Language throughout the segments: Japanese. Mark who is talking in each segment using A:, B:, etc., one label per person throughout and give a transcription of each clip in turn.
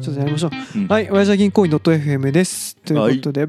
A: 一つやりましょう。
B: うん
A: はい、親父は銀行員 .fm です。ということで、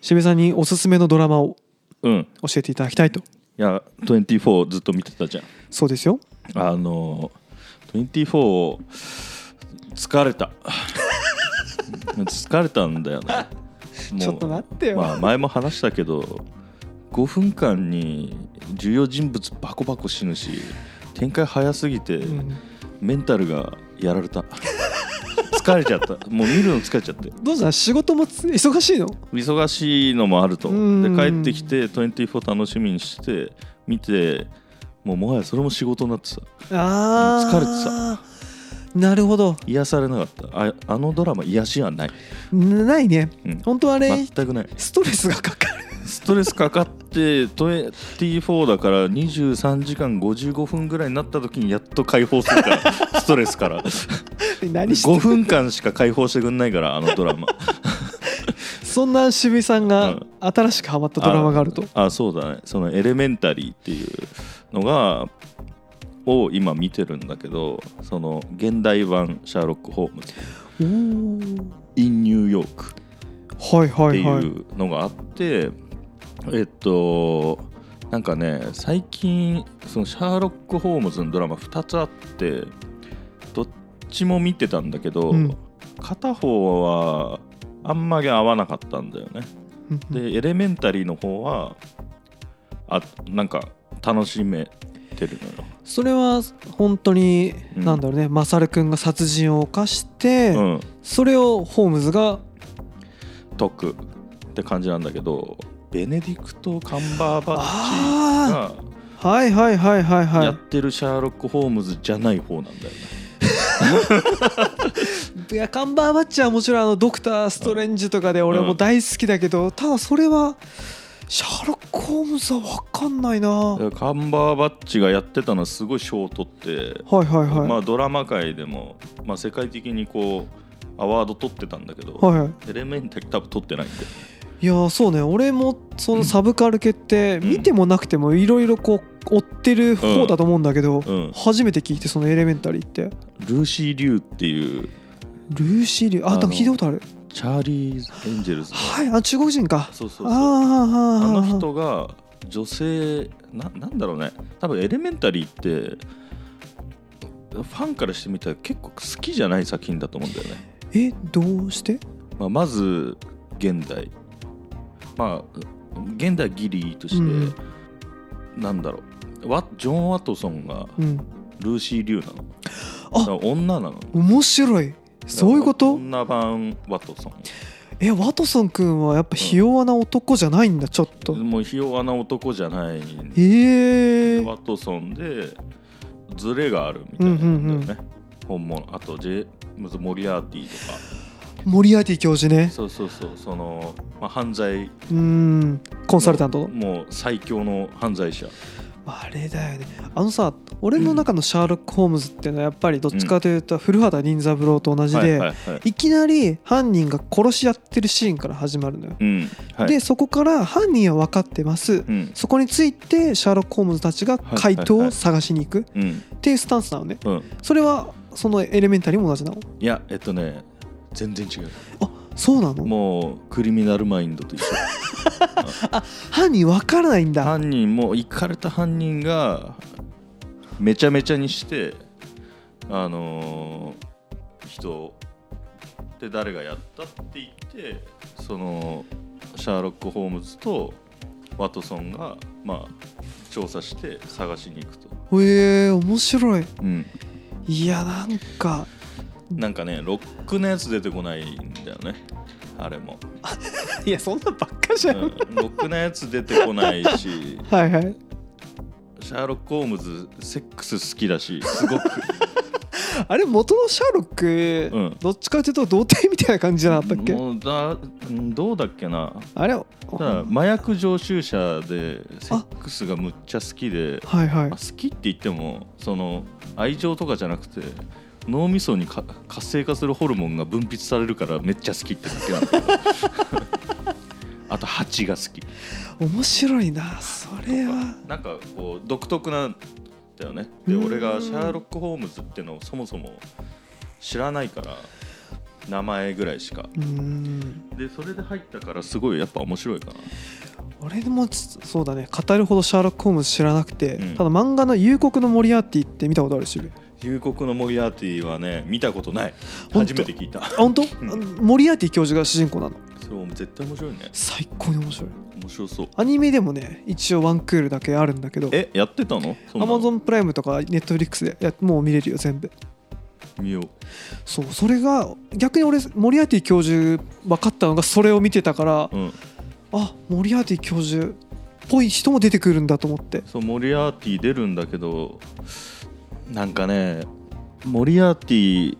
A: しべさんにおすすめのドラマを
B: うん
A: 教えていただきたいと。
B: いや24ずっと見てたじゃん
A: そうですよ。
B: あの24を疲れた疲れたんだよねもう
A: ちょっと待ってよ
B: まあ、前も話したけど5分間に重要人物バコバコ死ぬし展開早すぎて、
A: うん
B: メンタルがやられた疲れちゃったもう見るの疲れちゃって
A: どうした仕事もつ忙しいの
B: 忙しいのもあると
A: うん
B: で帰ってきて24楽しみにして見てもうもはやそれも仕事になってた
A: ああ。
B: 疲れて
A: た。なるほど。
B: 癒されなかったああのドラマ癒しはない、
A: なないね。
B: うん
A: 本当あれ、
B: 全くない
A: ストレスがかかる。
B: ストレスかかって24だから23時間55分ぐらいになった時にやっと解放するから ストレスから
A: 何して
B: 5分間しか解放してくんないからあのドラマ
A: そんな渋井さん
B: う
A: が
B: ん
A: 新しくハマったドラマがあると。
B: あそうだねその「エレメンタリー」っていうのがを今見てるんだけどその現代版「シャーロック・ホームズ
A: おー」
B: in ニューヨーク
A: はい
B: っ
A: は
B: て
A: いはいい。
B: うのがあって、えっとなんかね最近そのシャーロック・ホームズのドラマ2つあってどっちも見てたんだけど、
A: うん
B: 片方はあんまり合わなかったんだよね。
A: うんうん
B: でエレメンタリーの方はあなんか楽しめてる
A: それは本当に、
B: うん
A: なんだろうねマサル君が殺人を犯して、
B: のよ、うん、
A: それをホームズが
B: 得って感じなんだけどベネディクト・カンバーバッチ
A: あ
B: が
A: あはいはいはいはいは
B: やっ
A: い
B: てるシャーロック・ホームズじゃない方なんだよね、
A: いやカンバーバッチはもちろんあのドクター・ストレンジとかで俺も大好きだけど、ただそれはシャーロック・ホームズは分かんないな、はい
B: だからカンバーバッチがやってたのはすごい賞を取って、
A: はいはい、
B: まあ、ドラマ界でも、まあ、世界的にこうアワード取ってたんだけど、
A: はいはい
B: エレメンタリー多分取ってないんで
A: いやーそうね俺もそのサブカル系って
B: うん
A: 見てもなくてもいろいろこう追ってる方だと思うんだけど、
B: うん
A: 初めて聞いてそのエレメンタリーって
B: ルーシー・リューっていう
A: ルーシー・リューあ
B: あ
A: で
B: の
A: も聞いたことある
B: チャーリー・エンジェルズの
A: はいあ中国人か
B: そうそうそうあ
A: ああ
B: の人が女性ななんだろうね多分エレメンタリーってファンからしてみたら結構好きじゃない作品だと思うんだよね、
A: えどうして
B: まあ、まず現代まあ現代ギリとして、
A: うん
B: なんだろうワジョン・ワトソンが
A: うん
B: ルーシー・リュウなの
A: あ
B: だから女なの
A: 面白いそういうこと
B: 女版ワトソン
A: えワトソン君はやっぱひ弱な男じゃないんだちょっと
B: もうひ弱な男じゃないん
A: ええ
B: ワトソンでズレがあるみたいなんだよね、本物あとジェームズ・モリアーティとか
A: モリアーティ教授ね
B: そうそうそうその、まあ、犯罪
A: うーんコンサルタントの
B: もう最強の犯罪者
A: あれだよねあのさ俺の中のシャーロック・ホームズっていうのはやっぱりどっちかというと古畑任三郎と同じ
B: はいはい
A: で
B: はい
A: いきなり犯人が殺し合ってるシーンから始まるのよ
B: うんはい
A: でそこから犯人は分かってます
B: うん
A: そこについてシャーロック・ホームズたちが回答を探しに行くっ
B: うん
A: ていうスタンスなのね
B: うん
A: それはそのエレメンタリーも同じなの
B: いやえっとね全然違う
A: あそうなの
B: もうクリミナルマインドと一緒
A: 犯人分からないんだ
B: 犯人もいかれた犯人がめちゃめちゃにしてあのー人で誰がやったって言ってそのシャーロック・ホームズとワトソンがまあ調査して探しに行くと、
A: へえ面白い
B: うん、
A: いやなんか
B: なんかねロックのやつ出てこないんだよねあれ も、
A: いやそんなばっかじ
B: う
A: ゃ
B: ん、ロ
A: ん
B: ックのやつ出てこないし
A: はいはい
B: シャーロック・ホームズセックス好きだしすごく
A: あれ元のシャーロック、
B: うん
A: どっちかというと童貞みたいな感じじゃなかったっけ、
B: もうだうんどうだっけな
A: あれ
B: ただ麻薬常習者でセックスがむっちゃ好きで
A: はいはい
B: まあ好きって言ってもその愛情とかじゃなくて脳みそにか活性化するホルモンが分泌されるからめっちゃ好きってだけなんだ けどあと蜂が好き
A: 面白いなそれは
B: なんかこう独特なんだよねで
A: うん
B: 俺がシャーロック・ホームズってのをそもそも知らないから名前ぐらいしか
A: うん
B: でそれで入ったからすごいやっぱ面白いかな
A: 俺でもつそうだね語るほどシャーロック・ホームズ知らなくて、
B: うん
A: ただ漫画の「夕刻のモリアーティ」って見たことあるし
B: 夕刻のモリアーティはね見たことない
A: 本当
B: 初めて聞いた
A: あ本当、
B: ん
A: モリアーティ教授が主人公なの
B: そう絶対面白いね
A: 最高に面白い
B: 面白そう
A: アニメでもね一応ワンクールだけあるんだけど
B: えやってたのそん
A: ア
B: なの
A: マゾンプライムとかネットフリックスでやもう見れるよ全部
B: 見よう
A: そうそれが逆に俺モリアーティ教授分かったのがそれを見てたから、
B: うん、
A: あモリアーティ教授っぽい人も出てくるんだと思って
B: そうモリアーティ出るんだけどなんかねモリアーティ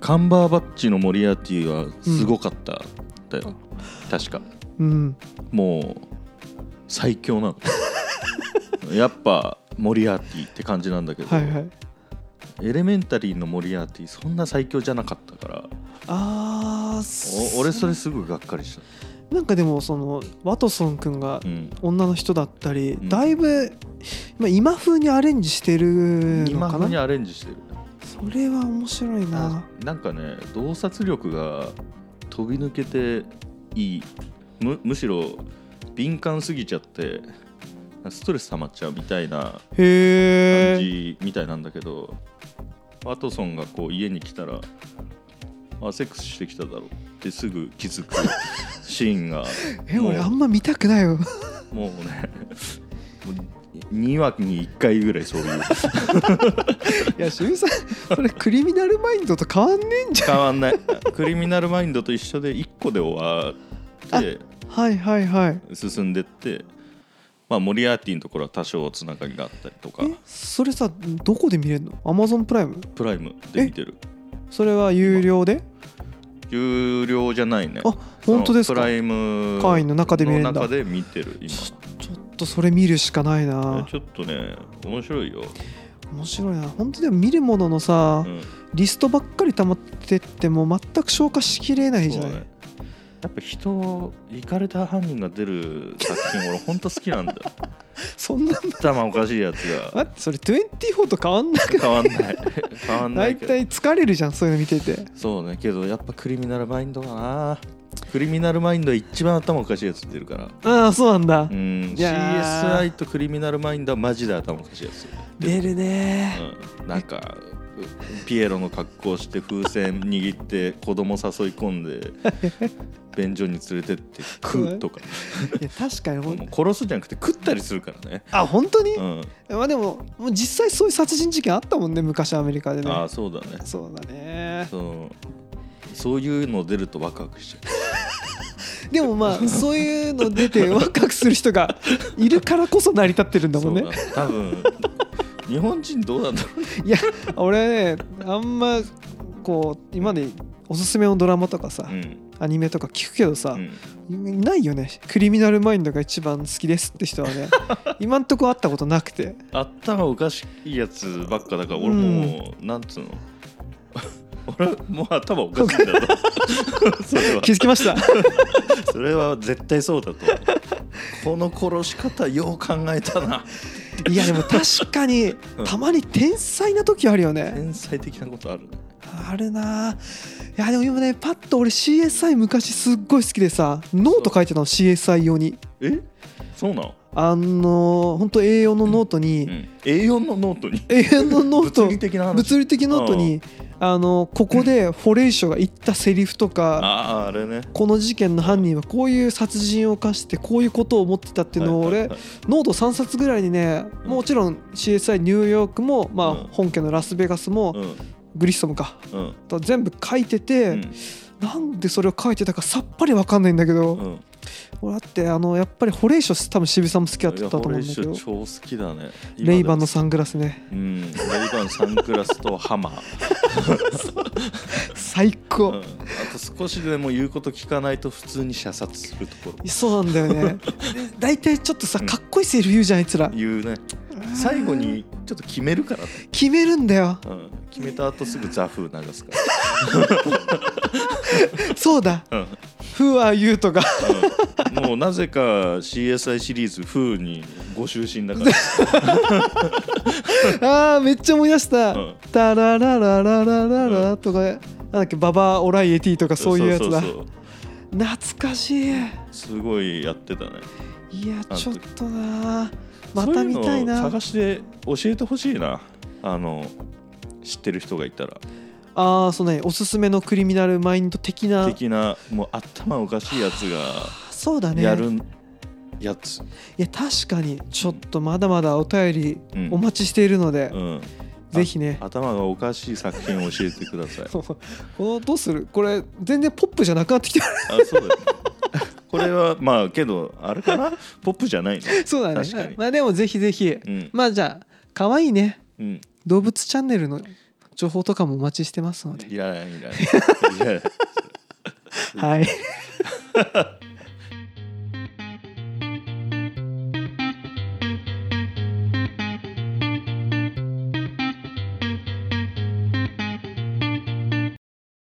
B: カンバーバッチのモリアーティはすごかったんだよ、確か
A: うん
B: もう最強なの やっぱモリアーティって感じなんだけど、
A: はいはい
B: エレメンタリーのモリアーティそんな最強じゃなかったから
A: あー
B: お俺それすぐがっかりした、
A: なんかでもそのワトソン君が
B: うん、
A: 女の人だったり、
B: うん
A: だいぶまあ今風にアレンジしてるの
B: 今
A: か
B: 風に
A: な
B: アレンジしてる
A: それは面白いな
B: なんかね洞察力が飛び抜けていいむむしろ敏感すぎちゃってストレス溜まっちゃうみたいな
A: へ
B: 感
A: え
B: じみたいなんだけど、ワトソンがこう家に来たら「あセックスしてきただろ」ってすぐ気づくシーンが
A: え
B: もう
A: 俺あんま見たく ないよ
B: もうねもう2話に1回ぐらいそういう
A: いや渋井さんそれクリミナルマインドと変わんねえんじゃん
B: 変わんない クリミナルマインドと一緒で1個で終わって。
A: はいはいはい
B: 進んでって、まあ、モリアーティのところは多少つながりがあったりとか
A: えそれさどこで見れるのアマゾンプライム
B: プライムで見てる
A: それは有料で
B: 有料じゃないね
A: あ本当ですか
B: そのプライム
A: 会員の中で見れるんだ
B: の中で見てる今
A: ちちょっとそれ見るしかないな
B: ちょっとね面白いよ、
A: 面白いな本当でも見るもののさ、
B: うん、
A: リストばっかり溜まってっても全く消化しきれないじゃない、
B: そうだねやっぱ人をイかれた犯人が出る作品俺ほんと好きなん だよ
A: そんな
B: 頭おかしいやつが
A: 待ってそれ24と変わんなく
B: 変わんない変わんな
A: 大
B: いけど
A: 体疲れるじゃんそういうの見てて
B: そうねけどやっぱクリミナルマインドかなクリミナルマインドは一番頭おかしいやつ出るから
A: ああそうなんだ、
B: うん
A: いやー
B: CSI とクリミナルマインドはマジで頭おかしいやつ、
A: 出るね
B: うん、なんかうピエロの格好して風船握って子供誘い込んで便所に連れてって食うとか
A: いや確かにほ
B: もうん殺すじゃなくて食ったりするからね、
A: あ本当に、
B: うん、
A: まあでももう実際そういう殺人事件あったもんね昔アメリカで
B: あ
A: ね
B: あそうだね
A: そうだね
B: そうそういうの出るとワクワクしちゃ
A: でも まあそういうの出てワクワクする人がいるからこそ成り立ってるん
B: う
A: だもんね
B: そうだ多分日本人どうなんだろうね
A: いや俺ねあんまこう今までおすすめのドラマとかさ、
B: うん
A: アニメとか聞くけどさ
B: う、ん
A: いないよねクリミナルマインドが一番好きですって人は ね今んとこ会ったことなくて
B: 頭おかしいやつばっかだから俺もう、なんつうの 俺もう頭おかしいんだと それは
A: 気づきました
B: それは絶対そうだと思うこの殺し方よう考えたない
A: やでも確かにたまに天才な時あるよね
B: 天才的なことあるね
A: あるなあいやでも今ねパッと俺 CSI 昔すっごい好きでさノート書いてたの CSI 用に
B: えそうなの、
A: あの本当 A4 のノート
B: う
A: に、
B: ん、A4 のノートに
A: A4 のノート
B: 物理的な話
A: 物理的ノートにあのここでフォレイショが言ったセリフとか
B: あああれね
A: この事件の犯人はこういう殺人を犯してこういうことを思ってたっていうのを
B: はい
A: 俺
B: はいはい
A: ノート3冊ぐらいにね
B: うん
A: もちろん CSI ニューヨークもまあ
B: うん
A: 本家のラスベガスもグリッソムか
B: うんうん
A: と全部書いて
B: う
A: て
B: ん
A: なんでそれを書いてたかさっぱりわかんないんだけ
B: う
A: ど
B: ん、
A: 俺だってあのやっぱりフォレイショ多分渋井さんも好きだったと思うんだけ
B: い
A: ど
B: や俺一緒超好きだね今でも
A: レイバンのサングラスね
B: うんレイバンサングラスとハマー
A: 最
B: うん
A: 高
B: あと少しでも言うこと聞かないと普通に射殺するところ
A: そうなんだよ ね大体ちょっとさ
B: うん
A: かっこいいセリフ言うじゃんあいつら
B: 言うね最後にちょっと決めるからね、
A: 決めるんだよ
B: うん、決めた後すぐザ風流すか
A: そうだ
B: ら、うん
A: 「Who are you?」とか
B: うんもうなぜか CSI シリーズ風にご就寝だから
A: あーめっちゃ思い出した
B: うん
A: 「タラララララララ」とかなんだっけババアオライエティとか そういうやつだ
B: そうそう
A: 懐かしい
B: すごいやってたね
A: いや
B: あの時
A: ちょっとなまた見たい
B: そううの
A: な
B: 探して教えてほしいなあの知ってる人がいたら
A: ああそうねおすすめのクリミナルマインド的な
B: 的なもう頭おかしいやつが
A: そうだね
B: やるやつ、
A: いや確かにちょっとまだまだお便り
B: うん
A: お待ちしているので、
B: うん、
A: ぜひね
B: 頭がおかしい作品を教えてください
A: このどうするこれ全然ポップじゃなくなってきてる
B: あそうだよこれはまあけどあれかなポップじゃないの
A: そうだ
B: 確か
A: ね
B: に
A: まあでもぜひぜひ、
B: うん、
A: まあじゃあ可愛いね
B: うん、
A: 動物チャンネルの情報とかもお待ちしてますので
B: いらないいらないいらない
A: はい